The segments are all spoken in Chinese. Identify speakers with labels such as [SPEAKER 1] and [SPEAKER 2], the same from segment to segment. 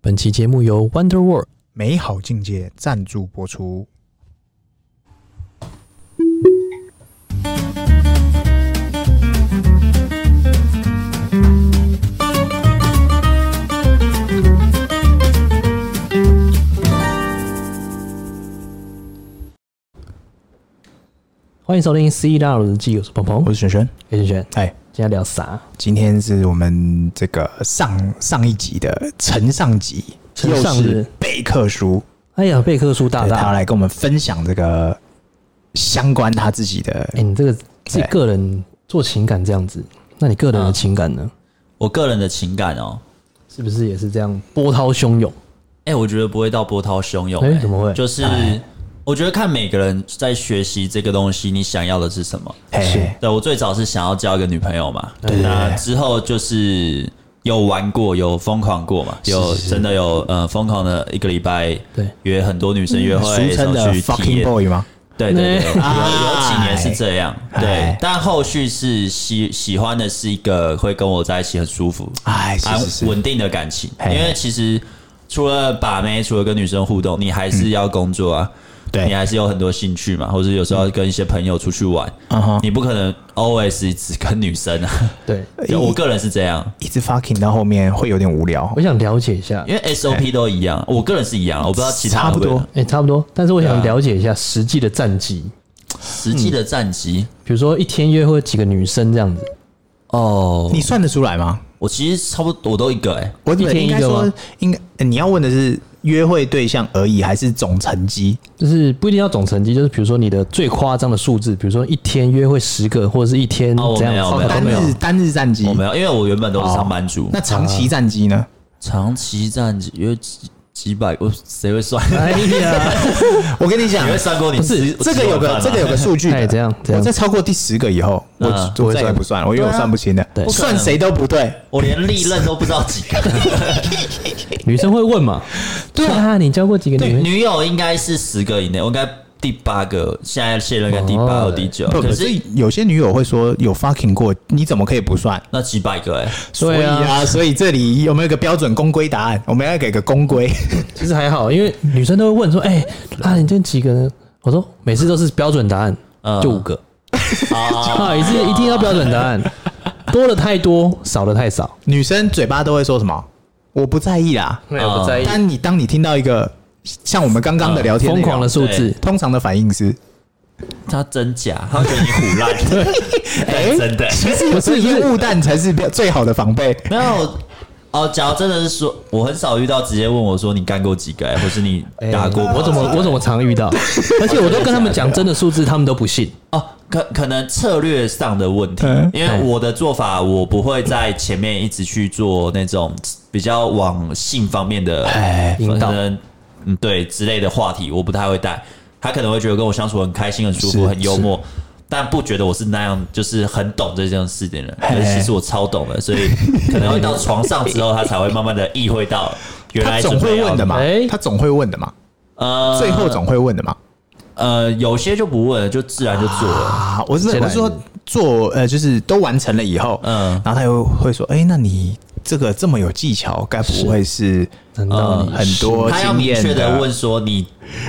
[SPEAKER 1] 本期节目由 Wonder World
[SPEAKER 2] 美好境界赞助播出。
[SPEAKER 1] 欢迎收听《C 大佬日记》，我是鹏鹏
[SPEAKER 2] 我，是璇璇，
[SPEAKER 1] 黑轩轩，
[SPEAKER 2] 哎，
[SPEAKER 1] 今天聊啥？
[SPEAKER 2] 今天是我们这个上上一集的承上集，
[SPEAKER 1] 承上
[SPEAKER 2] 又
[SPEAKER 1] 集
[SPEAKER 2] 是备课叔，
[SPEAKER 1] 哎呀，备课书大
[SPEAKER 2] 对他要
[SPEAKER 1] 大，
[SPEAKER 2] 来跟我们分享这个相关他自己的
[SPEAKER 1] 哎，你这个自己
[SPEAKER 2] 对
[SPEAKER 1] 个人做情感这样子，那你个人的
[SPEAKER 3] 嗯
[SPEAKER 1] 情感呢，
[SPEAKER 3] 我个人的情感哦，
[SPEAKER 1] 是不是也是这样波涛汹涌？
[SPEAKER 3] 哎、我觉得不会到波涛汹涌、
[SPEAKER 1] 哎
[SPEAKER 3] 欸
[SPEAKER 1] 怎么会
[SPEAKER 3] 就是
[SPEAKER 2] 哎
[SPEAKER 3] 我觉得看每个人在学习这个东西，你想要的是什么？
[SPEAKER 2] 哎，
[SPEAKER 3] 对我最早是想要交一个女朋友嘛，
[SPEAKER 1] 对
[SPEAKER 3] 那之后就是有玩过，有疯狂过嘛，有真的有呃疯狂的一个礼拜，
[SPEAKER 1] 对，
[SPEAKER 3] 约很多女生约会，
[SPEAKER 2] 嗯俗称
[SPEAKER 3] 然
[SPEAKER 2] 的
[SPEAKER 3] 后去体
[SPEAKER 2] fucking
[SPEAKER 3] 验。
[SPEAKER 2] boy 吗？
[SPEAKER 3] 对对 对，有有
[SPEAKER 2] 哎
[SPEAKER 3] 几年是这样，对
[SPEAKER 2] 哎，
[SPEAKER 3] 但后续是喜喜欢的是一个会跟我在一起很舒服，
[SPEAKER 2] 哎，是
[SPEAKER 3] 安
[SPEAKER 2] 是是，
[SPEAKER 3] 稳定的感情，
[SPEAKER 2] 嘿
[SPEAKER 3] 因为其实除了把妹，除了跟女生互动，你还是要工作啊，
[SPEAKER 2] 嗯对
[SPEAKER 3] 你还是有很多兴趣嘛，或者有时候要跟一些朋友出去玩，
[SPEAKER 2] 嗯哼，
[SPEAKER 3] 你不可能 always 只跟女生 啊。
[SPEAKER 1] 对，
[SPEAKER 3] 就我个人是这样，
[SPEAKER 2] 一直 fucking 到后面会有点无聊
[SPEAKER 1] 我，想了解一下
[SPEAKER 3] 因，为 SOP 都一样，我个人是一样，我不知道其他
[SPEAKER 2] 差不
[SPEAKER 3] 人会会
[SPEAKER 2] 多。
[SPEAKER 1] 哎，差不多，但是我想
[SPEAKER 3] 对啊
[SPEAKER 1] 了解一下实际的战绩，
[SPEAKER 3] 实际的战绩
[SPEAKER 1] 比如说一天约会几个女生这样子，
[SPEAKER 2] 嗯
[SPEAKER 3] 哦
[SPEAKER 2] 你。算得出来吗？
[SPEAKER 3] 我其实差不多，我都一个哎、欸
[SPEAKER 2] 我
[SPEAKER 1] 一天一
[SPEAKER 2] 应该
[SPEAKER 1] 个吗
[SPEAKER 2] 说，应该呃你要问的是约会对象而已，还是总成绩？
[SPEAKER 1] 就是不一定要总成绩，就是比如说你的最夸张的数字，比如说一天约会十个，或者是一天
[SPEAKER 3] 哦我
[SPEAKER 1] 这样
[SPEAKER 3] 没有
[SPEAKER 1] 子
[SPEAKER 3] 我没有哦
[SPEAKER 1] 都
[SPEAKER 2] 单
[SPEAKER 1] 没有
[SPEAKER 2] 日单日战绩
[SPEAKER 3] 我没有，因为我原本都
[SPEAKER 1] 哦
[SPEAKER 3] 是上班族。
[SPEAKER 2] 哦那长期战绩呢？
[SPEAKER 3] 长期战绩约几几百，我谁会 算？
[SPEAKER 1] 哎呀，
[SPEAKER 2] 我跟你讲
[SPEAKER 3] 你会，算过你
[SPEAKER 2] 不是
[SPEAKER 3] 吃
[SPEAKER 2] 这个有
[SPEAKER 3] 啊
[SPEAKER 2] 个这个有个数据
[SPEAKER 1] 哎
[SPEAKER 2] 的，
[SPEAKER 1] 这样这样
[SPEAKER 2] 我在超过第十个以后，我
[SPEAKER 3] 嗯
[SPEAKER 2] 我再也不算了，我因为我算不清的，
[SPEAKER 1] 对
[SPEAKER 3] 不可
[SPEAKER 2] 算
[SPEAKER 3] 能
[SPEAKER 2] 谁都不对。
[SPEAKER 3] 我连历任都不知道几个。
[SPEAKER 1] 女生会问嘛？对啊，你交过几个
[SPEAKER 3] 对，
[SPEAKER 1] 女朋友？
[SPEAKER 3] 女友应该是十个以内，我应该第八个，现在现任应该第八
[SPEAKER 1] 哦
[SPEAKER 3] 或第九，
[SPEAKER 2] 不，
[SPEAKER 3] 可
[SPEAKER 2] 可
[SPEAKER 3] 是
[SPEAKER 2] 是有些女友会说有 fucking 过，你怎么可以不算？
[SPEAKER 3] 那几百个哎、
[SPEAKER 2] 所以
[SPEAKER 1] 对啊，
[SPEAKER 2] 啊，所以这里有没有一个标准公规答案？我们要给个公规。
[SPEAKER 1] 其实还好，因为女生都会问说：“哎、啊，你今天几个呢？”我说每次都是标准答案，
[SPEAKER 3] 嗯
[SPEAKER 1] 就五个。啊，一次一定要标准答 案，多了太多，少了太少，
[SPEAKER 2] 女生嘴巴都会说什么？我不在意啦。
[SPEAKER 1] 没
[SPEAKER 3] 有不在
[SPEAKER 2] 但你当你听到一个像我们刚刚的聊天内
[SPEAKER 1] 嗯疯
[SPEAKER 2] 容
[SPEAKER 1] 狂的数字
[SPEAKER 3] 对，
[SPEAKER 2] 通常的反应是，
[SPEAKER 3] 他真假，他觉得你唬烂， 对，真的。
[SPEAKER 2] 其实有时候烟雾弹才是最好的防备。
[SPEAKER 3] 没有哦，假如真的是说，我很少遇到直接问我说你干过几个、欸，或是你
[SPEAKER 1] 哎
[SPEAKER 3] 打过、
[SPEAKER 1] 我怎么我怎么常 遇到？而且我都跟他们讲真的数字，他们都不信。
[SPEAKER 3] 哦，可可能策略上的问题
[SPEAKER 2] 嗯，
[SPEAKER 3] 因为我的做法，我不会在前面一直去做那种比较往性方面的
[SPEAKER 2] 哎
[SPEAKER 1] 引导
[SPEAKER 3] 可能嗯对之类的话题，我不太会带。他可能会觉得跟我相处很开心、很舒
[SPEAKER 2] 是
[SPEAKER 3] 服、很幽默，但不觉得我是那样，就是很懂这件事情的人。
[SPEAKER 2] 哎
[SPEAKER 3] 可是其实我超懂 的，所以可能会到床上之后，他才会慢慢的意会到原
[SPEAKER 2] 他
[SPEAKER 3] 来
[SPEAKER 2] 总
[SPEAKER 3] 准备
[SPEAKER 2] 会
[SPEAKER 3] 要
[SPEAKER 2] 问的嘛
[SPEAKER 1] 哎，
[SPEAKER 2] 他总会问的嘛，
[SPEAKER 3] 呃，
[SPEAKER 2] 最后总会问的嘛。
[SPEAKER 3] 呃，有些就不问了，就自然就做了。
[SPEAKER 2] 啊，我是
[SPEAKER 1] 先来
[SPEAKER 2] 我是说做呃，就是都完成了以后，嗯
[SPEAKER 3] 嗯，
[SPEAKER 2] 然后他又会说，哎，那你这个这么有技巧，该不会是呃
[SPEAKER 1] 难道你
[SPEAKER 2] 很多
[SPEAKER 3] 他要
[SPEAKER 2] 经
[SPEAKER 3] 明
[SPEAKER 2] 验
[SPEAKER 3] 确的问说你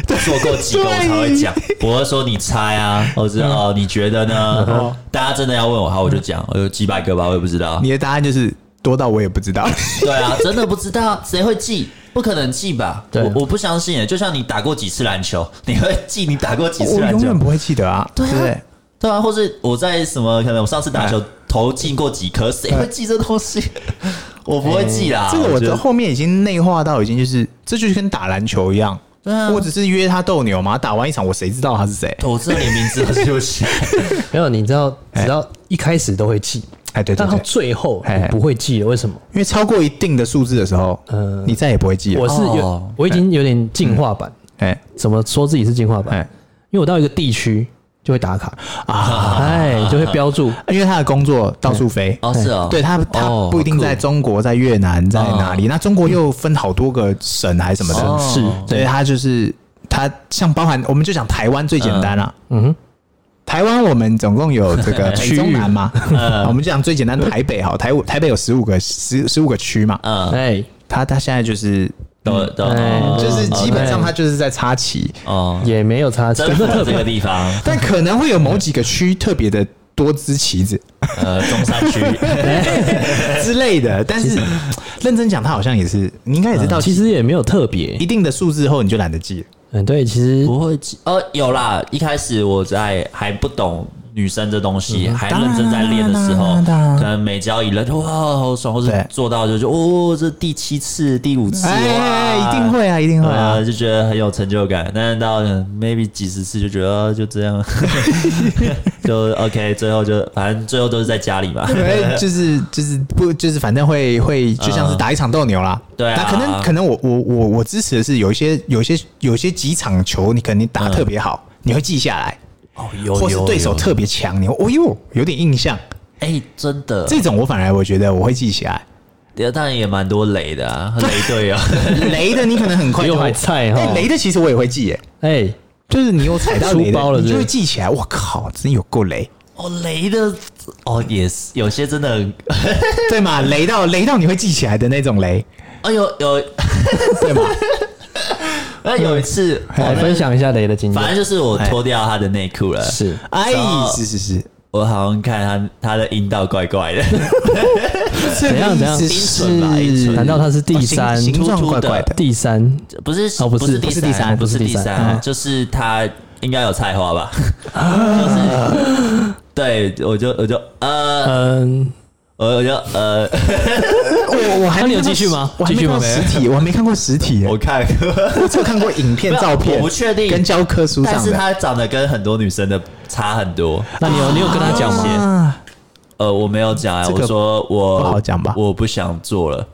[SPEAKER 3] 做过几个，我才会讲。我会说你猜啊，或者哦你觉得呢？大家真的要问我，好我就讲，我有几百个吧，我也不知道。
[SPEAKER 2] 你的答案就是多到我也不知 道。
[SPEAKER 3] 对啊，真的不知道，谁会记？不可能记吧？
[SPEAKER 1] 对
[SPEAKER 3] 我我不相信耶。就像你打过几次篮球，你会记你打过几次
[SPEAKER 2] 我
[SPEAKER 3] 篮
[SPEAKER 2] 永
[SPEAKER 3] 球
[SPEAKER 2] 远？不会记得啊，对
[SPEAKER 3] 啊
[SPEAKER 2] 不对？
[SPEAKER 3] 对啊，或是我在什么？可能我上次打球投进过几颗，谁会记这东西？ 哎我不会记啦。
[SPEAKER 2] 这个我
[SPEAKER 3] 觉
[SPEAKER 2] 的
[SPEAKER 3] 得
[SPEAKER 2] 后面已经内化到已经就是，这就是跟打篮球一样，
[SPEAKER 3] 对啊
[SPEAKER 2] 我只是约他斗牛嘛，打完一场我谁知道他是谁？
[SPEAKER 3] 我真的连名字都记不 起来。
[SPEAKER 1] 没有，你知道，只要一开始都会记，
[SPEAKER 2] 哎，对对
[SPEAKER 1] 但到
[SPEAKER 2] 对，
[SPEAKER 1] 最后
[SPEAKER 2] 哎
[SPEAKER 1] 你不会记了，为什么？
[SPEAKER 2] 因为超过一定的数字的时候，
[SPEAKER 1] 嗯
[SPEAKER 2] 你再也不会记
[SPEAKER 1] 我
[SPEAKER 2] 了。
[SPEAKER 1] 是有
[SPEAKER 3] 哦，
[SPEAKER 1] 我已经有点进化版，
[SPEAKER 2] 哎
[SPEAKER 1] 怎么说自己是进化版
[SPEAKER 2] 哎？
[SPEAKER 1] 因为我到一个地区就会打卡啊，哎，就会标注。
[SPEAKER 2] 因为他的工作到处飞，
[SPEAKER 3] 哦，是哦，
[SPEAKER 2] 对他他
[SPEAKER 3] 哦
[SPEAKER 2] 不一定
[SPEAKER 3] 好酷
[SPEAKER 2] 在中国，在越南，在哪里？那中国又分好多个省还是什么
[SPEAKER 3] 哦
[SPEAKER 2] 的，
[SPEAKER 1] 是
[SPEAKER 2] 所以他就是他像包含我们就讲台湾最简单啦。
[SPEAKER 1] 嗯哼，
[SPEAKER 2] 台湾我们总共有这个
[SPEAKER 1] 区域
[SPEAKER 2] 区中南嘛， 我们就讲最简单台北好，台台北有十五个十十五个区嘛，
[SPEAKER 3] 嗯，
[SPEAKER 1] 哎，
[SPEAKER 2] 他他现在就是
[SPEAKER 3] 都都
[SPEAKER 1] 哎
[SPEAKER 2] 就是基本上
[SPEAKER 1] 哦
[SPEAKER 2] 它就是在插旗，
[SPEAKER 3] 哦，
[SPEAKER 1] 也没有差，
[SPEAKER 3] 征 服了这个地 方，
[SPEAKER 2] 但可能会有某几个区特别的多支旗子
[SPEAKER 3] 呃，中山 区，
[SPEAKER 1] 哎
[SPEAKER 2] 之类的，但是认真讲，它好像也是，你应该也知道，
[SPEAKER 1] 嗯其实也没有特别
[SPEAKER 2] 一。定的数字后你就懒得记了。
[SPEAKER 1] 嗯，对，其实
[SPEAKER 3] 不会记，呃，有啦。一开始我在还不懂女生这东西，还认真在练的时候，
[SPEAKER 2] 嗯当然
[SPEAKER 3] 可能每教一练，哇，好爽，或是
[SPEAKER 2] 对
[SPEAKER 3] 做到就就哦，这第七次、第五次，
[SPEAKER 2] 哎，
[SPEAKER 3] 哇
[SPEAKER 2] 一定。会啊，一定会啊
[SPEAKER 3] 呃，。就觉得很有成就感，但是到呃 maybe 几十次就觉得呃就这样， 就 OK，最后就反正最后都是在家里嘛，
[SPEAKER 2] 哎，就是就是不就是，反正会会就像是打一场斗牛啦。
[SPEAKER 3] 对啊
[SPEAKER 2] 那可能可能我我我我支持的是有一些有一些有一些几场球，你肯定打特别好，你会记下来，
[SPEAKER 3] 哦，有
[SPEAKER 2] 或是对手特别强，你会哦呦有点印象。
[SPEAKER 3] 哎、真的，
[SPEAKER 2] 这种我反而我觉得我会记起来。
[SPEAKER 3] 这当然也蛮多雷的啊，雷队啊，
[SPEAKER 2] 雷的你可能很快
[SPEAKER 1] 比
[SPEAKER 2] 就
[SPEAKER 1] 我
[SPEAKER 2] 会
[SPEAKER 1] 还菜
[SPEAKER 2] 哎
[SPEAKER 1] 哈。
[SPEAKER 2] 雷的其实我也会记耶，
[SPEAKER 1] 哎，
[SPEAKER 2] 就是你有踩到雷
[SPEAKER 1] 出包了是不
[SPEAKER 2] 的，你
[SPEAKER 1] 是
[SPEAKER 2] 就会记起来。我靠，真有够雷，
[SPEAKER 3] 哦，雷的哦也是有些真的很，
[SPEAKER 2] 对嘛？雷到雷到你会记起来的那种 雷，
[SPEAKER 3] 哦有有，
[SPEAKER 2] 对嘛？
[SPEAKER 3] 那有一次，
[SPEAKER 1] 来
[SPEAKER 3] 哦
[SPEAKER 1] 分享一下雷的经
[SPEAKER 3] 反正
[SPEAKER 1] 验。
[SPEAKER 3] 就是我脱掉他的内裤了，
[SPEAKER 1] 是，
[SPEAKER 2] 哎
[SPEAKER 3] 哦，
[SPEAKER 2] 是是是，
[SPEAKER 3] 我好像看他他的阴道怪怪的，
[SPEAKER 2] 这
[SPEAKER 1] 怎样怎
[SPEAKER 2] 个
[SPEAKER 1] 样
[SPEAKER 2] 意思
[SPEAKER 3] 阴唇吧阴
[SPEAKER 2] 是
[SPEAKER 3] 唇
[SPEAKER 1] 难道他是第
[SPEAKER 2] 哦形
[SPEAKER 1] 三？
[SPEAKER 2] 形状
[SPEAKER 3] 突突
[SPEAKER 2] 怪
[SPEAKER 3] 的
[SPEAKER 2] 怪的？
[SPEAKER 1] 第三
[SPEAKER 3] 不是
[SPEAKER 1] 哦不是
[SPEAKER 3] 第
[SPEAKER 1] 不
[SPEAKER 2] 是第
[SPEAKER 3] 三啊
[SPEAKER 2] 三
[SPEAKER 3] 不是第
[SPEAKER 1] 不是第
[SPEAKER 3] 三，
[SPEAKER 1] 三
[SPEAKER 3] 就是他应该有菜花 吧，就是对我就我就呃
[SPEAKER 1] 嗯，
[SPEAKER 3] 我我就呃
[SPEAKER 2] 我我还
[SPEAKER 1] 那你有
[SPEAKER 2] 没看
[SPEAKER 1] 继
[SPEAKER 2] 过
[SPEAKER 1] 续吗
[SPEAKER 2] 实我还
[SPEAKER 1] 继
[SPEAKER 2] 没
[SPEAKER 1] 续
[SPEAKER 2] 看
[SPEAKER 1] 吗
[SPEAKER 2] 过实体，我还没看过实体耶，
[SPEAKER 3] 我 看，
[SPEAKER 2] 我只有看过影片、照片，
[SPEAKER 3] 我不确定
[SPEAKER 2] 跟教科书
[SPEAKER 3] 但
[SPEAKER 2] 上
[SPEAKER 3] 是
[SPEAKER 2] 的。
[SPEAKER 3] 他长得跟很多女生的差很多，
[SPEAKER 1] 那你有你有跟他讲吗？
[SPEAKER 2] 啊，
[SPEAKER 3] 呃，我没有讲啊，
[SPEAKER 2] 这个
[SPEAKER 3] 我说我
[SPEAKER 2] 不好讲吧
[SPEAKER 3] 我不想做 了。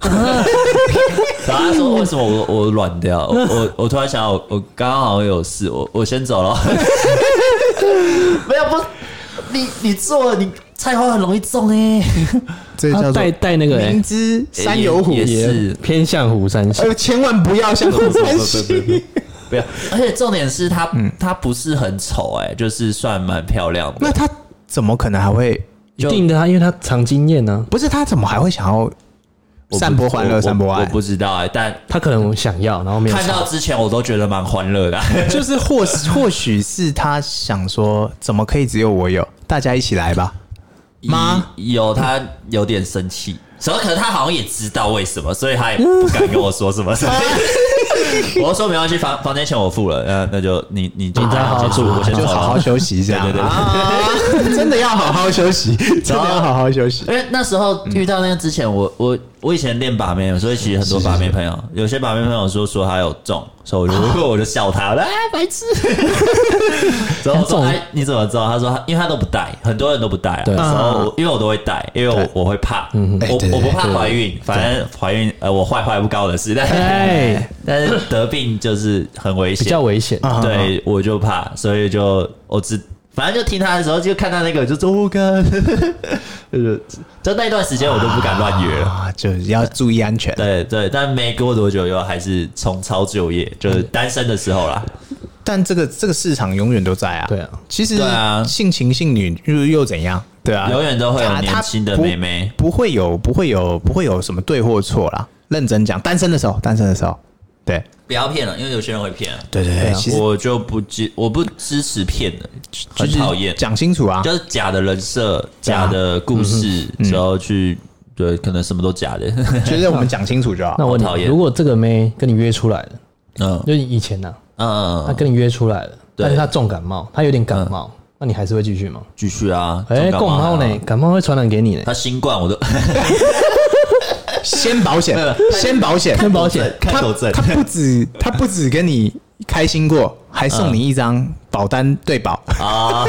[SPEAKER 3] 然后他说为什么我我软掉？我我我突然想到我我刚刚好像有事，我我先 走了。没有不，你你做了你菜花很容易 中哎、
[SPEAKER 2] 这个
[SPEAKER 1] 他
[SPEAKER 2] 叫做
[SPEAKER 1] 带带那个哎
[SPEAKER 2] 明知山有虎
[SPEAKER 3] 也，也
[SPEAKER 1] 也
[SPEAKER 3] 是
[SPEAKER 1] 偏向虎山
[SPEAKER 2] 哎
[SPEAKER 1] 行
[SPEAKER 2] 呦，千万 不要像虎山
[SPEAKER 3] 不不不不
[SPEAKER 2] 行。
[SPEAKER 3] 不要，而且重点是他
[SPEAKER 2] 嗯
[SPEAKER 3] 他不是很丑哎、就是算蛮漂亮的
[SPEAKER 2] 那。他怎么可能还会？
[SPEAKER 1] 一定的啊，因为他长经验啊呢，
[SPEAKER 2] 不是他怎么还会想要
[SPEAKER 3] 我不
[SPEAKER 2] 散播欢
[SPEAKER 3] 我
[SPEAKER 2] 乐、
[SPEAKER 3] 我
[SPEAKER 2] 散播
[SPEAKER 3] 我
[SPEAKER 2] 爱？
[SPEAKER 3] 不知道哎、但
[SPEAKER 1] 他可能想要，然后没有
[SPEAKER 3] 看到
[SPEAKER 1] 查
[SPEAKER 3] 之前我都觉得蛮欢乐的、啊
[SPEAKER 2] 就是或 是或许是他想说，怎么可以只有我有？大家一起来吧。吗
[SPEAKER 3] 有他有点生气，然后可能他好像也知道为什么，所以他也不敢跟我说什么。所以我就说没关系，房房间钱我付了，那那就你你就
[SPEAKER 1] 你再好好啊住
[SPEAKER 3] 我先走
[SPEAKER 2] 就
[SPEAKER 3] 了。
[SPEAKER 2] 好好休息一下，
[SPEAKER 3] 对对对
[SPEAKER 2] 对， 真的要好好休 息，真的要好好休息。
[SPEAKER 3] 因为那时候遇到那个之前，我我我以前练把妹，所以其实很多把妹朋友，有些把妹朋友说说他有中，所以我就我就笑他，我说哎白痴。然后我说
[SPEAKER 1] 中
[SPEAKER 3] 哎你怎么知道？他说他因为他都不戴，很多人都不戴啊。
[SPEAKER 1] 对
[SPEAKER 3] 然后我因为我都会戴，因为我我会怕，我
[SPEAKER 2] 对对
[SPEAKER 3] 我不怕怀孕，反正怀孕呃我坏坏不高的事，但是
[SPEAKER 1] 哎
[SPEAKER 3] 但是得病就是很危
[SPEAKER 1] 比
[SPEAKER 3] 险，
[SPEAKER 1] 较危险。
[SPEAKER 2] 啊
[SPEAKER 3] 对，我就怕，所以就我只反正就听他的时候，就看他那个，就说我干， 就是就那段时间我都不敢乱约了。
[SPEAKER 2] 啊，就是要注意安全。
[SPEAKER 3] 对对，但嗯没过多久以后，还是重操旧业，就是单身的时候啦。
[SPEAKER 2] 但这个这个市场永远都在啊。
[SPEAKER 1] 对啊，
[SPEAKER 2] 其实
[SPEAKER 3] 对啊
[SPEAKER 2] 性情性女又又怎样？对啊，
[SPEAKER 3] 永远都会有
[SPEAKER 2] 她她
[SPEAKER 3] 年轻的
[SPEAKER 2] 不
[SPEAKER 3] 妹妹
[SPEAKER 2] 不会有不会有不会有什么对或错啦。认真讲，单身的时候，单身的时候，对
[SPEAKER 3] 不要骗了，因为有些人会骗啊。
[SPEAKER 2] 对对
[SPEAKER 1] 对啊
[SPEAKER 2] 其实
[SPEAKER 3] 我就不支，我不支持骗的，
[SPEAKER 2] 就
[SPEAKER 3] 很
[SPEAKER 2] 是
[SPEAKER 3] 讨厌。
[SPEAKER 2] 讲清楚啊。
[SPEAKER 3] 就是假的人设、
[SPEAKER 2] 对
[SPEAKER 3] 假
[SPEAKER 2] 啊
[SPEAKER 3] 的故事，然后去对，可能什么都假的。 嗯
[SPEAKER 2] 就是我们讲清楚就好。
[SPEAKER 1] 那我问
[SPEAKER 3] 好讨
[SPEAKER 1] 你，
[SPEAKER 3] 厌
[SPEAKER 1] 如果这个妹跟你约出来了，
[SPEAKER 3] 嗯
[SPEAKER 1] 就是以前啊呢，
[SPEAKER 3] 嗯嗯
[SPEAKER 1] 她
[SPEAKER 3] 嗯，
[SPEAKER 1] 跟你约出来了，
[SPEAKER 3] 对嗯
[SPEAKER 1] 但是她重感冒，她有点感冒，那你还是会继续吗？
[SPEAKER 3] 继续啊。哎
[SPEAKER 1] 哎，
[SPEAKER 3] 中
[SPEAKER 1] 感
[SPEAKER 3] 港嘛
[SPEAKER 1] 冒呢？感冒会传染给你呢。
[SPEAKER 3] 他新冠我都
[SPEAKER 2] 先保险，呃先保险，
[SPEAKER 1] 先保险
[SPEAKER 3] 看狗证
[SPEAKER 2] 他不止他不止跟你开心过，还送你一张保单对保。
[SPEAKER 3] 啊，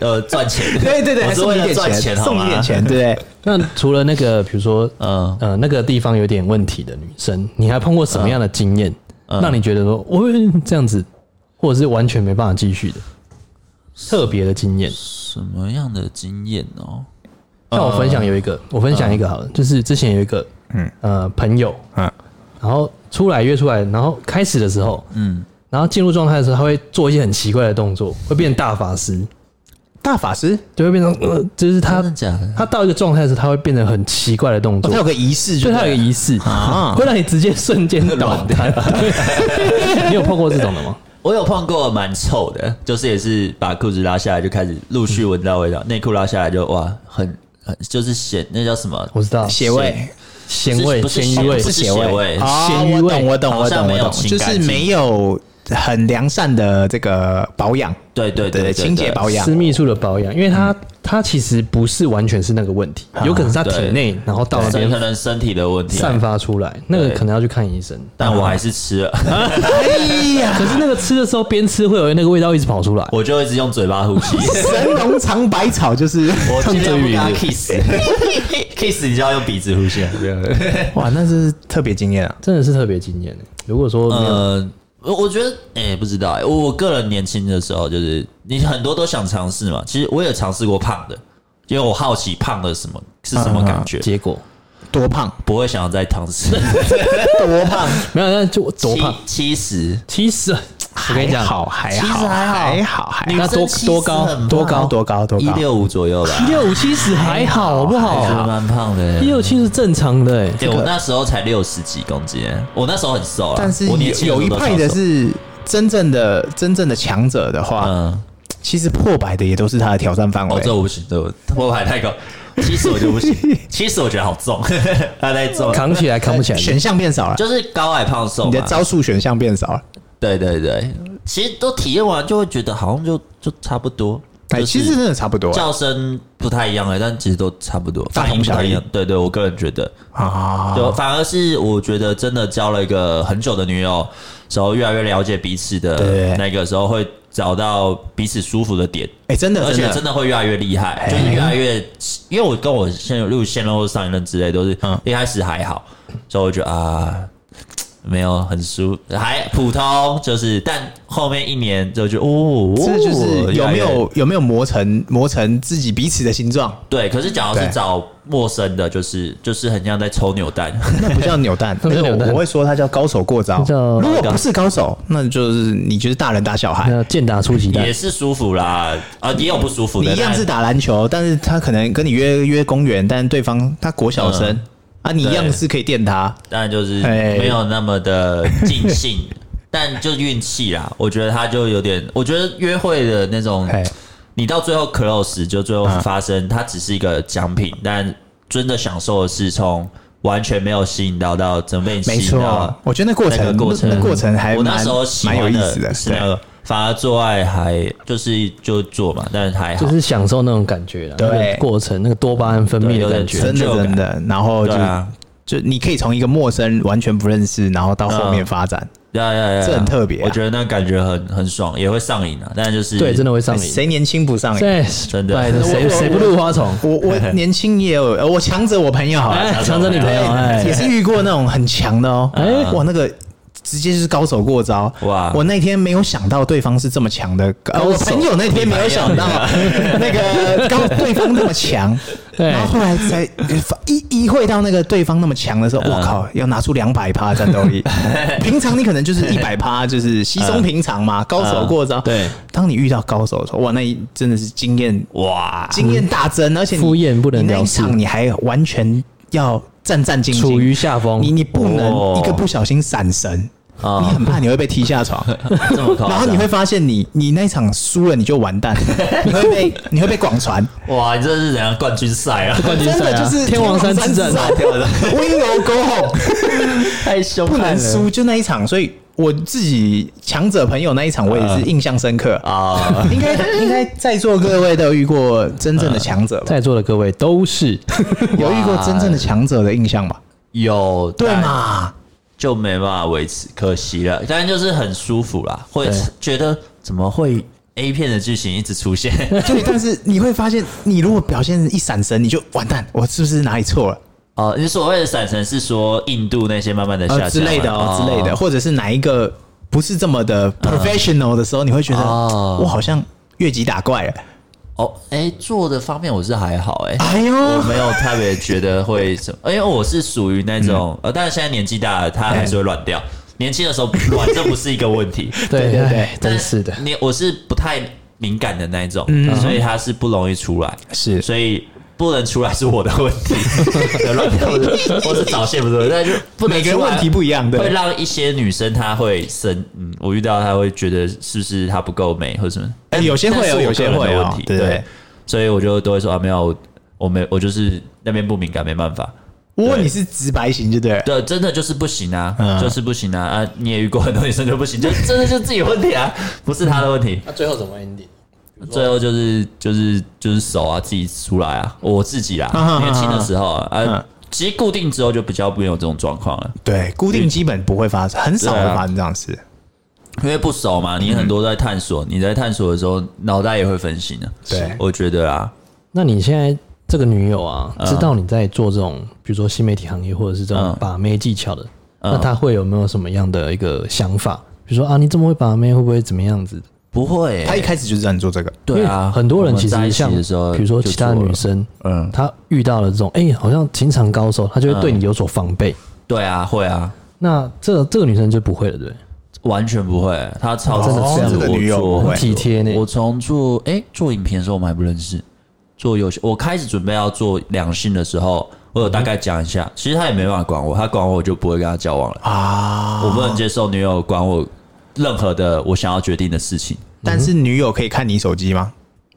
[SPEAKER 3] 呃，赚钱，
[SPEAKER 2] 嗯 对对对，
[SPEAKER 3] 我
[SPEAKER 2] 还
[SPEAKER 3] 是
[SPEAKER 2] 送
[SPEAKER 3] 为
[SPEAKER 2] 你
[SPEAKER 3] 了
[SPEAKER 2] 点
[SPEAKER 3] 赚钱，
[SPEAKER 2] 送
[SPEAKER 3] 好
[SPEAKER 2] 你
[SPEAKER 3] 吗
[SPEAKER 2] 点钱，，对不对？
[SPEAKER 1] 那除了那个，比如说，
[SPEAKER 3] 嗯
[SPEAKER 1] 呃，那个地方有点问题的女生，你还碰过什么样的经验，
[SPEAKER 3] 嗯
[SPEAKER 1] 让你觉得说，我这样子，或者是完全没办法继续的，特别的经验？
[SPEAKER 3] 什么样的经验哦？
[SPEAKER 1] 那我分享
[SPEAKER 3] 嗯
[SPEAKER 1] 有一个，我分享一个好了，就是之前有一个，嗯呃朋友，
[SPEAKER 2] 嗯，
[SPEAKER 1] 然后出来约出来，然后开始的时候，
[SPEAKER 3] 嗯，
[SPEAKER 1] 然后进入状态的时候，他会做一些很奇怪的动作，会变大法师，
[SPEAKER 2] 大法师，
[SPEAKER 1] 就会变成呃，就是他
[SPEAKER 3] 真的假的？
[SPEAKER 1] 他到一个状态的时候，他会变成很奇怪的动
[SPEAKER 2] 哦
[SPEAKER 1] 作
[SPEAKER 2] 他有，个仪
[SPEAKER 1] 所
[SPEAKER 2] 式就
[SPEAKER 1] 以
[SPEAKER 2] 对了，
[SPEAKER 1] 他有一个仪式，
[SPEAKER 2] 啊
[SPEAKER 1] 会让你直接瞬间倒弹。 你有碰过这种的吗？
[SPEAKER 3] 我有碰过蛮臭的，就是也是把裤子拉下来就开始陆续闻到味
[SPEAKER 2] 嗯
[SPEAKER 3] 道，内裤拉下来就哇，很很就是咸，那叫什么？
[SPEAKER 1] 我知道，
[SPEAKER 2] 血位
[SPEAKER 1] 咸味、
[SPEAKER 3] 不是
[SPEAKER 1] 咸鱼味
[SPEAKER 3] 不，是血味
[SPEAKER 2] 啊，
[SPEAKER 1] 咸
[SPEAKER 2] 我
[SPEAKER 1] 鱼味
[SPEAKER 2] 懂，我懂，
[SPEAKER 3] 好
[SPEAKER 2] 我
[SPEAKER 3] 像
[SPEAKER 2] 懂，我
[SPEAKER 3] 没有
[SPEAKER 2] 懂，
[SPEAKER 3] 清
[SPEAKER 2] 就
[SPEAKER 3] 干
[SPEAKER 2] 是
[SPEAKER 3] 净
[SPEAKER 2] 没有很良善的这个保 养，
[SPEAKER 3] 对对
[SPEAKER 2] 对
[SPEAKER 3] 对，
[SPEAKER 2] 清洁保养
[SPEAKER 1] 私密处的保养，因为它
[SPEAKER 3] 嗯
[SPEAKER 1] 它其实不是完全是那个问题，
[SPEAKER 3] 啊
[SPEAKER 1] 有可能是它体内，然后到那
[SPEAKER 3] 养，
[SPEAKER 1] 边
[SPEAKER 3] 可能身体的问题。啊
[SPEAKER 1] 散发出来，那个可能要去看医生。
[SPEAKER 3] 但我还是吃了，
[SPEAKER 2] 哎呀，
[SPEAKER 1] 可是那个吃的时候边吃会有那个味道一直跑出来，
[SPEAKER 3] 我就一直用嘴巴 呼吸。
[SPEAKER 2] 神农尝百草就是
[SPEAKER 3] 我尽 量不跟他
[SPEAKER 2] 唱追
[SPEAKER 3] kiss kiss，你就要用鼻子呼吸。
[SPEAKER 2] 哇，那是特别惊艳啊！
[SPEAKER 1] 真的是特别惊艳欸。如果说没有
[SPEAKER 3] 呃，我我觉得，哎、不知道、欸，我我个人年轻的时候，就是你很多都想尝试嘛。其实我也尝试过胖的，因为我好奇胖的什么是什么感
[SPEAKER 2] 嗯
[SPEAKER 3] 觉，
[SPEAKER 1] 结果，
[SPEAKER 2] 多胖，
[SPEAKER 3] 不会想要再尝试。
[SPEAKER 2] 多胖，
[SPEAKER 1] 没有，那就多胖。
[SPEAKER 3] 七七十，
[SPEAKER 1] 其实我跟你讲，
[SPEAKER 2] 好，还
[SPEAKER 3] 其实
[SPEAKER 2] 好，
[SPEAKER 3] 还好
[SPEAKER 2] 还好，还
[SPEAKER 3] 女
[SPEAKER 2] 好
[SPEAKER 1] 那多
[SPEAKER 3] 生70
[SPEAKER 1] 多高
[SPEAKER 3] 很胖
[SPEAKER 2] 哎多高，多高，多
[SPEAKER 3] 一
[SPEAKER 2] 高，
[SPEAKER 3] 六五左右吧，
[SPEAKER 1] 六五七十还好，好不
[SPEAKER 3] 其实
[SPEAKER 1] 好？
[SPEAKER 3] 蛮胖的、
[SPEAKER 1] 一六七是正常的哎、
[SPEAKER 3] 对，我那时候才六十几公斤，我那时候很瘦了。
[SPEAKER 2] 但是
[SPEAKER 3] 我年
[SPEAKER 2] 有
[SPEAKER 3] 轻
[SPEAKER 2] 有一
[SPEAKER 3] 时候都
[SPEAKER 2] 派
[SPEAKER 3] 超
[SPEAKER 2] 的
[SPEAKER 3] 瘦，
[SPEAKER 2] 是真正的真正的强者的话，
[SPEAKER 3] 嗯，
[SPEAKER 2] 其实破百的也都是他的挑战范
[SPEAKER 3] 哦，
[SPEAKER 2] 围
[SPEAKER 3] 这。我不行，这我我还太高，七十我就 不行，七十我觉得好重， 他太重了，
[SPEAKER 1] 扛起来扛不起来。
[SPEAKER 2] 选项变少了，
[SPEAKER 3] 就是高矮胖瘦
[SPEAKER 2] 你的
[SPEAKER 3] 嘛。
[SPEAKER 2] 招数选项变少了。
[SPEAKER 3] 对对对，其实都体验完就会觉得好像就就差不多，
[SPEAKER 2] 哎，
[SPEAKER 3] 就是
[SPEAKER 2] 其实真的差不多
[SPEAKER 3] 叫声不太一样哎，但其实都差不多，
[SPEAKER 2] 大
[SPEAKER 3] 反
[SPEAKER 2] 同
[SPEAKER 3] 应不
[SPEAKER 2] 小
[SPEAKER 3] 太一
[SPEAKER 2] 异
[SPEAKER 3] 样。对对，我个人觉得，
[SPEAKER 2] 啊。
[SPEAKER 3] 就反而是我觉得真的交了一个很久的女友时候，越来越了解彼此
[SPEAKER 2] 对
[SPEAKER 3] 的那个时候，会找到彼此舒服的点，
[SPEAKER 2] 哎，真的，
[SPEAKER 3] 而且真
[SPEAKER 2] 的，哎
[SPEAKER 3] 的会越来越厉害，就是越来越，因为我跟我现在例如现任或上一任之类，都是
[SPEAKER 2] 嗯
[SPEAKER 3] 一开始还好，所以我觉得啊。没有很舒，还普通，就是但后面一年就觉得哦，
[SPEAKER 2] 这就是
[SPEAKER 3] 越
[SPEAKER 2] 有
[SPEAKER 3] 来
[SPEAKER 2] 没
[SPEAKER 3] 越
[SPEAKER 2] 有有没有磨成磨成自己彼此的形 状？
[SPEAKER 3] 对？可是假如是
[SPEAKER 2] 对
[SPEAKER 3] 找陌生的，就是就是很像在抽扭 蛋，
[SPEAKER 2] 那不叫扭蛋，
[SPEAKER 1] 那不
[SPEAKER 2] 那
[SPEAKER 1] 叫扭蛋
[SPEAKER 2] 个我会说它叫高手过招
[SPEAKER 1] 那。叫
[SPEAKER 2] 如果不是高手，那就是你就是大人打小孩。
[SPEAKER 1] 那健达出鸡蛋
[SPEAKER 3] 也，是舒服啦，啊，也有不舒服
[SPEAKER 2] 你
[SPEAKER 3] 的。
[SPEAKER 2] 一样
[SPEAKER 3] 但
[SPEAKER 2] 是打篮球，但是他可能跟你约约公园，但对方他国小生、
[SPEAKER 3] 嗯
[SPEAKER 2] 啊，你一样是可以电他。
[SPEAKER 3] 当然就是
[SPEAKER 2] 哎
[SPEAKER 3] 没有那么的尽兴， 但就运气啦。我觉得他就有点，我觉得约会的那种
[SPEAKER 2] 哎，
[SPEAKER 3] 你到最后 close 就最后
[SPEAKER 2] 嗯
[SPEAKER 3] 发生，它只是一个奖品，但真的享受的是从完全没有吸引到到真被你
[SPEAKER 2] 没
[SPEAKER 3] 吸引
[SPEAKER 2] 错
[SPEAKER 3] 到，
[SPEAKER 2] 我觉得那过
[SPEAKER 3] 那
[SPEAKER 2] 程
[SPEAKER 3] 个过程，
[SPEAKER 2] 那过程还
[SPEAKER 3] 我那
[SPEAKER 2] 蛮
[SPEAKER 3] 时候喜
[SPEAKER 2] 蛮有
[SPEAKER 3] 欢
[SPEAKER 2] 意思的，
[SPEAKER 3] 是那个，反而做爱还就是就做嘛，但是还好
[SPEAKER 1] 就。是享受那种感觉啦，
[SPEAKER 2] 对
[SPEAKER 1] 那个过程那个多巴胺分泌的感
[SPEAKER 3] 对有点
[SPEAKER 1] 觉
[SPEAKER 3] 成。
[SPEAKER 2] 真的
[SPEAKER 3] 就感
[SPEAKER 2] 真的。然后就、
[SPEAKER 3] 对啊，
[SPEAKER 2] 就你可以从一个陌生完全不认识，然后到后面发展，
[SPEAKER 3] 对啊，对啊对啊
[SPEAKER 2] 这很特别啊
[SPEAKER 3] 我觉得那感觉很很爽，也会上瘾啊。但就是
[SPEAKER 1] 对，真
[SPEAKER 3] 的
[SPEAKER 1] 的会上瘾。
[SPEAKER 2] 谁年轻不上 瘾？
[SPEAKER 1] 对，
[SPEAKER 3] 真的
[SPEAKER 1] 拜托
[SPEAKER 3] 我
[SPEAKER 1] 谁谁不入花丛？
[SPEAKER 2] 我我年轻也有，呃我强者我朋友好了，
[SPEAKER 1] 哎，强者女朋友，
[SPEAKER 2] 哎
[SPEAKER 1] 哎，
[SPEAKER 2] 也是遇过那种很强的哦，
[SPEAKER 1] 哎
[SPEAKER 2] 哇，那个直接就是高手过招
[SPEAKER 3] 哇
[SPEAKER 2] 我那天没有想到对方是这么强的，呃，
[SPEAKER 1] 高
[SPEAKER 2] 我
[SPEAKER 1] 手
[SPEAKER 2] 朋友那天没有想 到那个高对方那么强，
[SPEAKER 1] 对
[SPEAKER 2] 然后后来才呃一一会到那个对方那么强的时候，
[SPEAKER 1] 嗯
[SPEAKER 2] 我靠，要拿出两百趴战斗 力，平常你可能就是一百趴，就是稀
[SPEAKER 1] 嗯
[SPEAKER 2] 松平常嘛，高手过招，
[SPEAKER 3] 嗯对，
[SPEAKER 2] 当你遇到高手的时候，哇，那一真的是经验
[SPEAKER 3] 哇，
[SPEAKER 2] 经验大增，而且你
[SPEAKER 1] 敷衍不能
[SPEAKER 2] 你那
[SPEAKER 1] 了
[SPEAKER 2] 一
[SPEAKER 1] 事
[SPEAKER 2] 场你还完全要战战兢兢，
[SPEAKER 1] 处于下风
[SPEAKER 2] 你。你不能
[SPEAKER 3] 哦
[SPEAKER 2] 一个不小心闪神，
[SPEAKER 3] 啊
[SPEAKER 2] 你很怕你会被踢下 床，
[SPEAKER 3] 这么高，
[SPEAKER 2] 然后你会发现你你那一场输了你就 完蛋，你会被你会被广传，
[SPEAKER 3] 哇，你这是怎样冠军赛啊？
[SPEAKER 1] 冠军
[SPEAKER 2] 真
[SPEAKER 1] 赛
[SPEAKER 2] 的
[SPEAKER 1] 啊
[SPEAKER 2] 就是
[SPEAKER 1] 天王山之战啊，
[SPEAKER 2] 天王山 温柔沟红，
[SPEAKER 3] 太凶
[SPEAKER 2] 不能输，就那一场，所以。我自己强者朋友那一场，我也是印象深刻。
[SPEAKER 3] 啊！
[SPEAKER 2] 应该应该在座各位都有遇过真正的强者吧？
[SPEAKER 1] 在座的各位都是，
[SPEAKER 2] 有遇过真正的强者的印象吧？
[SPEAKER 3] 有
[SPEAKER 2] 对
[SPEAKER 3] 但
[SPEAKER 2] 嘛？
[SPEAKER 3] 就没办法维持，可惜了。当然就是很舒服啦，会
[SPEAKER 1] 对
[SPEAKER 3] 觉得怎么会 A 片的剧情一直出现？
[SPEAKER 2] 对，但是你会发现，你如果表现一闪神，你就完蛋，我是不是哪里错了？
[SPEAKER 3] 哦，你所谓的闪神是说印度那些慢慢的下降
[SPEAKER 2] 呃
[SPEAKER 3] 吗
[SPEAKER 2] 之类的哦，之类的，。或者是哪一个不是这么的 professional 的时候，你会觉得
[SPEAKER 3] 嗯哦
[SPEAKER 2] 我好像越级打怪了。
[SPEAKER 3] 哦，哎，做的方面我是还好，哎，
[SPEAKER 2] 哎
[SPEAKER 3] 我
[SPEAKER 2] 呦，
[SPEAKER 3] 没有特别觉得会什么，因为我是属于那
[SPEAKER 2] 嗯
[SPEAKER 3] 种，呃，但是现在年纪大了，它还是会乱掉。 年轻的时候乱，这不是一个问题。
[SPEAKER 1] 对
[SPEAKER 2] 对对
[SPEAKER 1] 哎真是的，
[SPEAKER 3] 你我是不太敏感的那一种，
[SPEAKER 2] 嗯
[SPEAKER 3] 所以他是不容易出来，
[SPEAKER 2] 是
[SPEAKER 3] 所以。不能出来是我的问 题，对乱跳的，或是早泄不是，但就不能
[SPEAKER 2] 每个人
[SPEAKER 3] 出来
[SPEAKER 2] 问题不一样对
[SPEAKER 3] 会让一些女生她会生，嗯，我遇到她会觉得是不是她不够美或者什么，
[SPEAKER 2] 哎有些会哦
[SPEAKER 3] 但是我
[SPEAKER 2] 有些
[SPEAKER 3] 个人
[SPEAKER 2] 会
[SPEAKER 3] 的
[SPEAKER 2] 哦
[SPEAKER 3] 问题，
[SPEAKER 2] 对对
[SPEAKER 3] 对，所以我就都会说啊，没有，我我没我就是那边不敏感，没办法，
[SPEAKER 2] 我问你是直白型就对了，
[SPEAKER 3] 对，真的就是不行啊，
[SPEAKER 2] 嗯
[SPEAKER 3] 就是不行啊啊！你也遇过很多女生就不行，就真的就是自己问题啊，不是她的问题。
[SPEAKER 1] 那最后怎么 ending？
[SPEAKER 3] 最后就是就是就是手啊，自己出来啊，我自己 啦，
[SPEAKER 2] 嗯
[SPEAKER 3] 年轻的时候啊，
[SPEAKER 2] 嗯
[SPEAKER 3] 啊其实固定之后就比较不会有这种状况了，
[SPEAKER 2] 对，固定基本不会发生，很少会
[SPEAKER 3] 对啊
[SPEAKER 2] 发生这样的事。
[SPEAKER 3] 因为不熟嘛，你很多在探索，你在探索的时候，脑袋也会分心的。
[SPEAKER 2] 对
[SPEAKER 3] 我觉得啊，
[SPEAKER 1] 那你现在这个女友啊，知道你在做这种，比如说新媒体行业或者是这种
[SPEAKER 3] 嗯
[SPEAKER 1] 把妹技巧的，那她会有没有什么样的一个想法？比如说啊，你怎么会把妹？会不会怎么样子？
[SPEAKER 3] 不会欸、
[SPEAKER 2] 他一开始就是让你做这个，
[SPEAKER 3] 对
[SPEAKER 1] 因为
[SPEAKER 3] 啊，
[SPEAKER 1] 很多人其
[SPEAKER 3] 我们在
[SPEAKER 1] 实
[SPEAKER 3] 一起
[SPEAKER 1] 像
[SPEAKER 3] 的时候，
[SPEAKER 1] 比如说其他的女，生，
[SPEAKER 3] 嗯，
[SPEAKER 1] 她遇到了这种，哎、好像情场高手，她就会对你有所防备。
[SPEAKER 3] 对啊，会啊，
[SPEAKER 1] 那这这个女生就不会了，对不对？
[SPEAKER 3] 完全不会，他超
[SPEAKER 2] 哦真的
[SPEAKER 3] 支持
[SPEAKER 2] 这样的
[SPEAKER 3] 我
[SPEAKER 2] 女友不
[SPEAKER 3] 做
[SPEAKER 2] 会
[SPEAKER 1] 很体贴呢
[SPEAKER 3] 我从做哎、做影片的时候我们还不认识，做游戏我开始准备要做两性的时候，我有大概讲一下，其实他也没办法管我，他管我我就不会跟他交往了，
[SPEAKER 2] 啊。
[SPEAKER 3] 我不嗯能接受女友管我任何的我想要决定的事情，
[SPEAKER 2] 但是女友可以看你手机吗？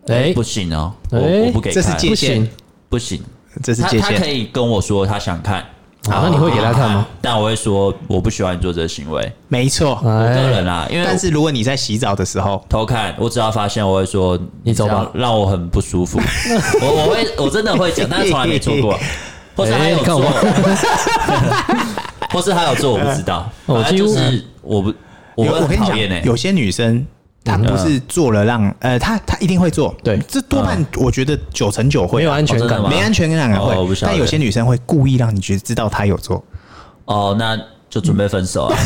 [SPEAKER 1] 哎、
[SPEAKER 3] 不行哦，我、
[SPEAKER 1] 哎
[SPEAKER 3] 我不给
[SPEAKER 2] 这
[SPEAKER 3] 看，
[SPEAKER 2] 是界
[SPEAKER 1] 不行
[SPEAKER 2] 限，
[SPEAKER 3] 不行，
[SPEAKER 2] 这是
[SPEAKER 3] 他
[SPEAKER 2] 界
[SPEAKER 3] 他可
[SPEAKER 2] 限。
[SPEAKER 3] 以跟我说他想看，
[SPEAKER 1] 啊那你会给她看吗？
[SPEAKER 3] 但我会说我不喜欢你做这个行为，
[SPEAKER 2] 没错，
[SPEAKER 3] 我个
[SPEAKER 1] 哎，
[SPEAKER 3] 人啊，因为我
[SPEAKER 2] 但是如果你在洗澡的时候，
[SPEAKER 3] 偷看，我只要发现，我会说
[SPEAKER 1] 你走吧
[SPEAKER 3] 这样让我很不 舒服。我我会我真的会讲，但是从来没做过，或是还有
[SPEAKER 1] 哎你看
[SPEAKER 3] 做，
[SPEAKER 1] 我
[SPEAKER 3] 或是还有做我不知道，
[SPEAKER 1] 哦
[SPEAKER 3] 反正就
[SPEAKER 1] 几乎
[SPEAKER 3] 是我不我
[SPEAKER 2] 有
[SPEAKER 3] 会
[SPEAKER 2] 我
[SPEAKER 3] 很
[SPEAKER 2] 跟你
[SPEAKER 3] 讨厌嗯
[SPEAKER 2] 讲，
[SPEAKER 3] 哎，
[SPEAKER 2] 有些女生她不是做了让呃，她她一定会做，
[SPEAKER 1] 对
[SPEAKER 2] 这多半
[SPEAKER 3] 啊
[SPEAKER 2] 我觉得九成九会啊
[SPEAKER 1] 没有安全
[SPEAKER 3] 哦真
[SPEAKER 1] 感
[SPEAKER 3] 的吗
[SPEAKER 2] 没安全感啊
[SPEAKER 3] 哦我
[SPEAKER 2] 会
[SPEAKER 3] 不，晓得
[SPEAKER 2] 但有些女生会故意让你觉得知道她有做，
[SPEAKER 3] 哦，那就准备分手 啊！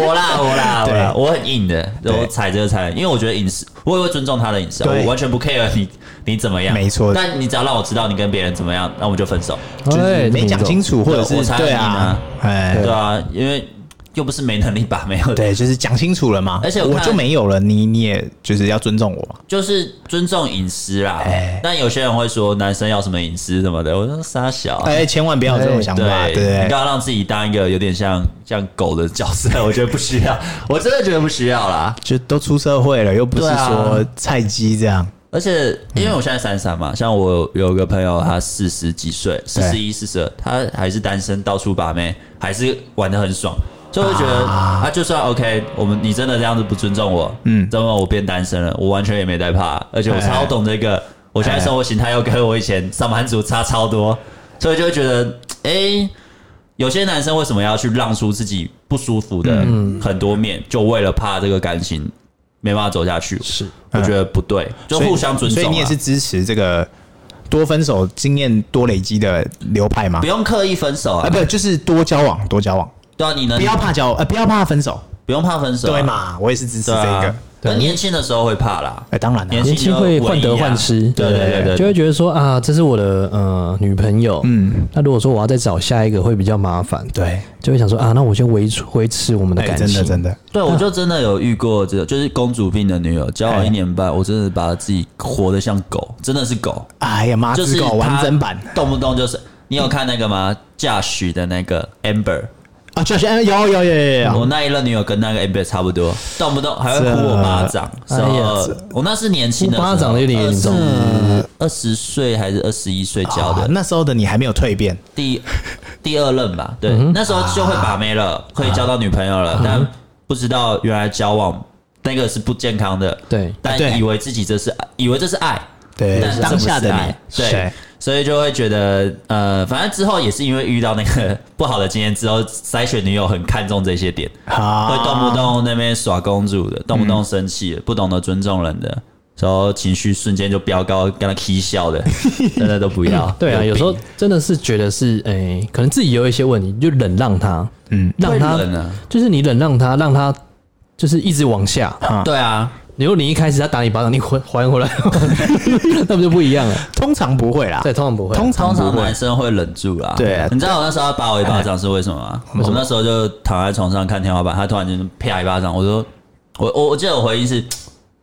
[SPEAKER 3] 我啦我啦我啦，
[SPEAKER 2] 对
[SPEAKER 3] 我很硬的，
[SPEAKER 2] 对
[SPEAKER 3] 我踩这个踩那个，因为我觉得隐私，我也会尊重他的隐私啊，
[SPEAKER 2] 对
[SPEAKER 3] 我完全不 care 你你怎么样，
[SPEAKER 2] 没错
[SPEAKER 3] 但你只要让我知道你跟别人怎么样，那我们就分手。
[SPEAKER 2] 就是
[SPEAKER 1] 哎
[SPEAKER 2] 没讲清，楚，或者
[SPEAKER 3] 我
[SPEAKER 2] 是
[SPEAKER 3] 才
[SPEAKER 2] 对
[SPEAKER 3] 很硬
[SPEAKER 2] 啊
[SPEAKER 3] 啊，
[SPEAKER 2] 哎
[SPEAKER 3] 对，啊，因为又不是没能力把没有
[SPEAKER 2] 对，就是讲清楚了嘛。
[SPEAKER 3] 而且我
[SPEAKER 2] 我
[SPEAKER 3] 看
[SPEAKER 2] 就没有了，你你也就是要尊重我嘛。
[SPEAKER 3] 就是尊重隐私啦。
[SPEAKER 2] 哎
[SPEAKER 3] 但有些人会说男生要什么隐私什么的，我说傻小。
[SPEAKER 2] 哎，千万不要有这种想
[SPEAKER 3] 啊对
[SPEAKER 2] 法，，对不
[SPEAKER 3] 你
[SPEAKER 2] 对
[SPEAKER 3] 不？要让自己当一个有点像像狗的角色，我觉得不需要，我真的觉得不需要啦。
[SPEAKER 2] 就都出社会了，又不是
[SPEAKER 3] 对啊
[SPEAKER 2] 说菜鸡这样，
[SPEAKER 3] 而且因为我现在三十三嘛，像我有有个朋友，他四十几岁，四十一、四十二，他还是单身，到处把妹，还是玩的很爽。所以我就觉得啊，就算 OK，我们你真的这样子不尊重我，嗯，怎么我变单身了？我完全也没在怕，而且我超懂这个。我现在生活形态又跟我以前上班族差超多，所以就会觉得，哎、有些男生为什么要去让出自己不舒服的很多面，就为了怕这个感情没办法走下去？
[SPEAKER 2] 嗯
[SPEAKER 1] 是
[SPEAKER 3] 我觉得不对，就
[SPEAKER 2] 所以
[SPEAKER 3] 互相尊重啊。
[SPEAKER 2] 所以你也是支持这个多分手经验多累积的流派吗
[SPEAKER 3] 不？用刻意分手
[SPEAKER 2] 啊，
[SPEAKER 3] 啊，
[SPEAKER 2] 不，就是多交往，多交往，
[SPEAKER 3] 对啊，你能
[SPEAKER 2] 不要怕交，呃，不要怕分手，
[SPEAKER 3] 不用怕分手啊，
[SPEAKER 2] 对嘛？我也是支持
[SPEAKER 3] 对
[SPEAKER 2] 这
[SPEAKER 3] 啊？
[SPEAKER 2] 个，
[SPEAKER 1] 对
[SPEAKER 3] 那年轻的时候会怕啦，
[SPEAKER 2] 哎，当然了，
[SPEAKER 1] 年
[SPEAKER 3] 轻
[SPEAKER 1] 轻
[SPEAKER 3] 就
[SPEAKER 1] 会
[SPEAKER 3] 文
[SPEAKER 1] 患得
[SPEAKER 3] 艺啊
[SPEAKER 1] 患失，
[SPEAKER 3] 对对对对
[SPEAKER 1] 就
[SPEAKER 3] 对，
[SPEAKER 1] 会觉得说啊，这是我的呃女朋友，嗯，那如果说我要再找下一个会比较麻烦，，
[SPEAKER 2] 对，
[SPEAKER 1] 就会想说啊，那我先维持维持我们的
[SPEAKER 2] 哎，
[SPEAKER 1] 感
[SPEAKER 2] 真
[SPEAKER 1] 情，
[SPEAKER 2] 的真的，
[SPEAKER 3] 对我就真的有遇过这个，就是公主病的女友，交往一年半，我真的把自己活得像狗，真的是狗，
[SPEAKER 2] 哎呀，妈
[SPEAKER 3] 就
[SPEAKER 2] 子
[SPEAKER 3] 是
[SPEAKER 2] 狗
[SPEAKER 3] 她
[SPEAKER 2] 完整版
[SPEAKER 3] 动不动就是。你有看那个吗？嫁许的那个 Amber，
[SPEAKER 2] 啊，就是哎有有有有有，
[SPEAKER 3] 我那一任女友跟那个 Amber 差不多，动不动还会呼我巴掌。
[SPEAKER 1] 这
[SPEAKER 3] 然
[SPEAKER 1] 哎呀
[SPEAKER 3] 后我那是年轻的时候，
[SPEAKER 1] 呼巴掌有点严重
[SPEAKER 3] 二十岁还是二十一岁交
[SPEAKER 2] 啊
[SPEAKER 3] 的，
[SPEAKER 2] 那时候的你还没有蜕变，
[SPEAKER 3] 第第二任吧，
[SPEAKER 1] 嗯
[SPEAKER 3] 对，那时候就会把妹
[SPEAKER 1] 啊
[SPEAKER 3] 了，可以交到女朋友了，但不知道原来交往那个是不健康的，
[SPEAKER 1] 啊对
[SPEAKER 3] 但
[SPEAKER 2] 对
[SPEAKER 3] 以为自己这是爱以为这是爱，
[SPEAKER 2] 对
[SPEAKER 3] 但，是这
[SPEAKER 2] 当
[SPEAKER 3] 不是
[SPEAKER 2] 下的你
[SPEAKER 3] 爱，对
[SPEAKER 2] 是，
[SPEAKER 3] 所以就会觉得呃，反正之后也是因为遇到那个不好的经验之后，筛选女友很看重这些点，
[SPEAKER 2] 啊，
[SPEAKER 3] 会动不动那边耍公主的，动不动生气的，不懂得尊重人的。然后情绪瞬间就飙高，跟他 k 笑 的，真的都不要。
[SPEAKER 1] 对啊，
[SPEAKER 3] 病
[SPEAKER 1] 有时候真的是觉得是，哎、可能自己有一些问题，就忍让他，嗯，让他
[SPEAKER 3] 会忍啊
[SPEAKER 1] 就是你忍让他，让他就是一直往下。
[SPEAKER 3] 对啊，
[SPEAKER 1] 如果你一开始他打你巴掌，你还还回来， 那不就不一样了？
[SPEAKER 2] 通常不会啦，
[SPEAKER 1] 对，通常不会。
[SPEAKER 2] 通常
[SPEAKER 3] 通
[SPEAKER 2] 不
[SPEAKER 3] 常
[SPEAKER 2] 会
[SPEAKER 3] 男，生会忍住啦。
[SPEAKER 2] 对啊
[SPEAKER 3] 你知道我那时候他打我一巴掌是为什 么吗？我那时候就躺在床上看天花板，他突然间啪一巴掌，我说，我我我记得我回应是，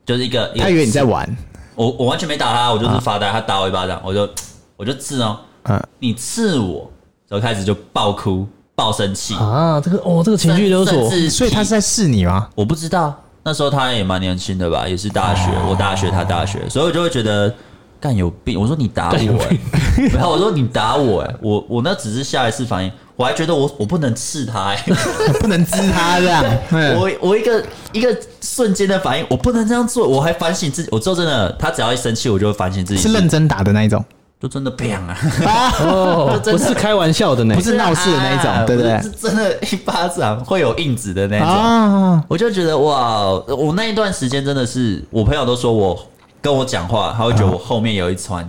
[SPEAKER 3] 就是一个，一个
[SPEAKER 2] 他以为你在啊玩，
[SPEAKER 3] 我我完全没打他，我就是发呆，他打我一巴掌，我就我就刺哦，
[SPEAKER 2] 嗯，
[SPEAKER 3] 你刺我，然后开始就爆哭、爆生气，
[SPEAKER 1] 啊，这个哦，这个情绪勒
[SPEAKER 3] 甚
[SPEAKER 1] 索，
[SPEAKER 3] 至
[SPEAKER 2] 所以他是在试你吗？
[SPEAKER 3] 我不知道，那时候他也蛮年轻的吧，也是大学，
[SPEAKER 2] 哦
[SPEAKER 3] 我大学，他大学，所以我就会觉得干有病。我说你打我、欸，然 后我说你打我、欸，我我那只是下一次反应，我还觉得我我不能刺他、欸，
[SPEAKER 2] 不能滋他这 样。嗯
[SPEAKER 3] 我我一个一个瞬间的反应，我不能这样做，我还反省自己。我之后真的，他只要一生气，我就会反省自己，
[SPEAKER 2] 是认真打的那一种，
[SPEAKER 3] 就真的砰啊，
[SPEAKER 1] 哦，
[SPEAKER 3] 真
[SPEAKER 1] 不
[SPEAKER 3] 的
[SPEAKER 1] 是开玩笑的呢，
[SPEAKER 2] 不是 闹事的那一 种，对不对
[SPEAKER 3] 啊是？真的，一巴掌会有印子的那种。
[SPEAKER 2] 啊，
[SPEAKER 3] 我就觉得哇，我那一段时间真的是，我朋友都说我跟我讲话，他会觉得我后面有一串，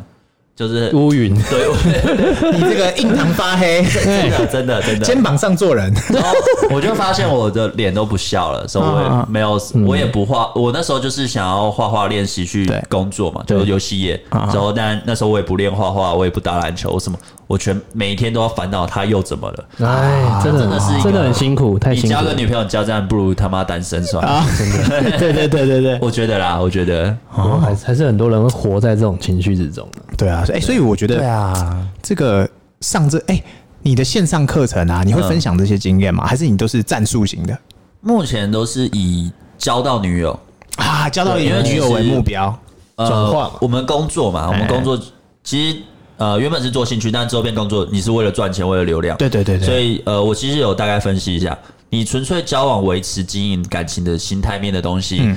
[SPEAKER 3] 就是
[SPEAKER 1] 乌云，
[SPEAKER 3] 对，我
[SPEAKER 2] 你这个印堂发黑，
[SPEAKER 1] 哎
[SPEAKER 3] 真的真的真 的。
[SPEAKER 2] 肩膀上坐人，
[SPEAKER 3] 然后我就发现我的脸都不笑了，所以我
[SPEAKER 1] 啊
[SPEAKER 3] 也没有，
[SPEAKER 1] 嗯
[SPEAKER 3] 我也不画。我那时候就是想要画画练习去
[SPEAKER 2] 对
[SPEAKER 3] 工作嘛，就是游戏业。
[SPEAKER 1] 啊
[SPEAKER 3] 然后但那时候我也不练画画，我也不打篮球，我什么，我全每一天都要烦恼他又怎么了。
[SPEAKER 1] 哎，
[SPEAKER 2] 啊
[SPEAKER 1] 真的
[SPEAKER 3] 真的是一个
[SPEAKER 1] 真的很辛苦，太
[SPEAKER 3] 你
[SPEAKER 1] 辛
[SPEAKER 3] 交
[SPEAKER 1] 苦
[SPEAKER 3] 个
[SPEAKER 1] 了。啊
[SPEAKER 3] 女朋友交这样，不如他妈单身算了。
[SPEAKER 2] 对对对对对，
[SPEAKER 3] 我觉得啦，我觉得
[SPEAKER 1] 哦还是还是很多人会活在这种情绪之中的。
[SPEAKER 2] 对啊，哎，所以我觉得
[SPEAKER 3] 啊，
[SPEAKER 2] 这个上这哎，你的线上课程
[SPEAKER 3] 嗯
[SPEAKER 2] 啊，你会分享这些经验吗？还是你都是战术型的
[SPEAKER 3] 目前都是以交到女友，
[SPEAKER 2] 啊？交到
[SPEAKER 3] 对
[SPEAKER 2] 以
[SPEAKER 3] 因为
[SPEAKER 2] 女友
[SPEAKER 3] 其实
[SPEAKER 2] 为目标，
[SPEAKER 3] 呃
[SPEAKER 1] 转化嘛
[SPEAKER 3] 我们工作
[SPEAKER 2] 哎
[SPEAKER 3] 嘛，我们工作其实呃原本是做兴趣，但之后变工作，你是为了赚钱，为了流量，
[SPEAKER 2] 对对对对，
[SPEAKER 3] 所以呃，我其实有大概分析一下，你纯粹交往、维持、经营感情的心态面的东西，
[SPEAKER 2] 嗯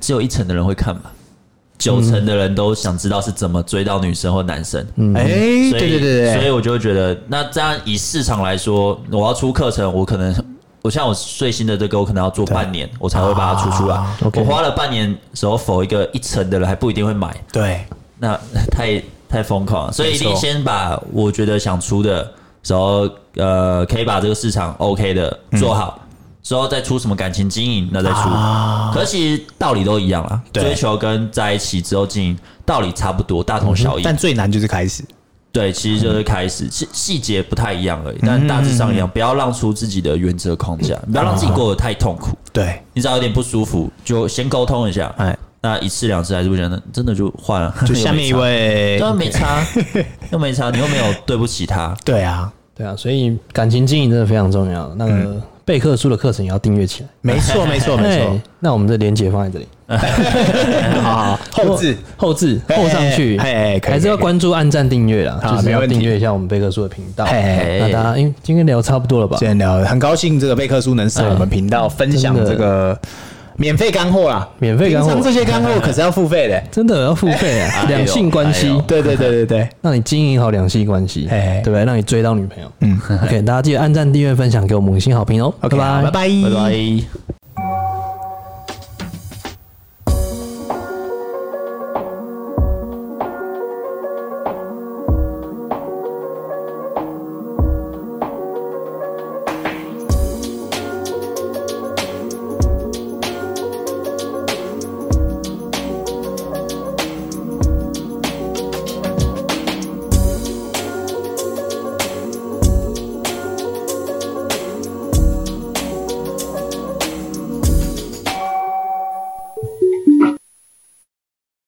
[SPEAKER 3] 只有一层的人会看嘛，九成的人都想知道是怎么追到女生或男生，
[SPEAKER 2] 哎，
[SPEAKER 3] 嗯所以
[SPEAKER 2] 对对对
[SPEAKER 3] 所以
[SPEAKER 2] 对，
[SPEAKER 3] 我就会觉得，那这样以市场来说，我要出课程，我可能。我像我最新的这个，我可能要做半年，我才会把它出出来。
[SPEAKER 2] 啊
[SPEAKER 1] OK
[SPEAKER 3] 我花了半年时候否一个一层的人还不一定会买，
[SPEAKER 2] 对
[SPEAKER 3] 那 太太疯狂了。所以一
[SPEAKER 2] 没
[SPEAKER 3] 定
[SPEAKER 2] 错
[SPEAKER 3] 先把我觉得想出的，然后呃可以把这个市场 OK 的做好，之后再出什么感情经营，那再出。
[SPEAKER 2] 嗯啊，
[SPEAKER 3] 可是其实道理都一样啦，
[SPEAKER 2] 对
[SPEAKER 3] 追求跟在一起之后经营道理差不多，大同小异。
[SPEAKER 2] 嗯但最难就是开始，
[SPEAKER 3] 对，其实就是开始，细细节不太一样而已，但大致上一样。
[SPEAKER 2] 嗯
[SPEAKER 3] 不要让出自己的原则框架，不要让自己过得太痛苦。
[SPEAKER 2] 对，
[SPEAKER 3] 你只要有点不舒服，就先沟通一下。
[SPEAKER 2] 哎，
[SPEAKER 3] 那一次两次还是不行，那真的就换了。
[SPEAKER 2] 就下面一位
[SPEAKER 3] 又，没差，对啊，没差，又没差，你又没有对不起他。
[SPEAKER 2] 对啊，
[SPEAKER 1] 对啊，所以感情经营真的非常重要。那个备课书的课程也要订阅起来。
[SPEAKER 2] 没错没错嗯没错
[SPEAKER 1] 哎，那我们的连接放在这里，
[SPEAKER 2] 好，后置
[SPEAKER 1] 后置后上去，
[SPEAKER 2] 哎哎哎可以
[SPEAKER 1] 还是要
[SPEAKER 2] 可以
[SPEAKER 1] 关注、按赞、订阅啦，
[SPEAKER 2] 好
[SPEAKER 1] 就是
[SPEAKER 2] 没
[SPEAKER 1] 要
[SPEAKER 2] 问题
[SPEAKER 1] 订阅一下我们备课书的频道。
[SPEAKER 2] 嘿嘿嘿
[SPEAKER 1] 那大家，因为今天聊得差不多了吧？
[SPEAKER 2] 今天聊得很高兴，这个贝克书能上我们频道分享
[SPEAKER 1] 哎真的
[SPEAKER 2] 这个免费干货啦，
[SPEAKER 1] 免费干货
[SPEAKER 2] 平常这些干货可是要付 费的。
[SPEAKER 1] 真的要付费
[SPEAKER 3] 哎
[SPEAKER 1] 啊，
[SPEAKER 3] 呦
[SPEAKER 1] 两性关系
[SPEAKER 3] 哎呦，
[SPEAKER 2] 对对对对对，
[SPEAKER 1] 让你经营好两性关系，
[SPEAKER 2] 哎哎
[SPEAKER 1] 对不对？让你追到女朋友。嗯，OK，大家记得按赞、订阅、分享给我们五星好评哦。
[SPEAKER 2] OK，好拜拜
[SPEAKER 3] 拜拜。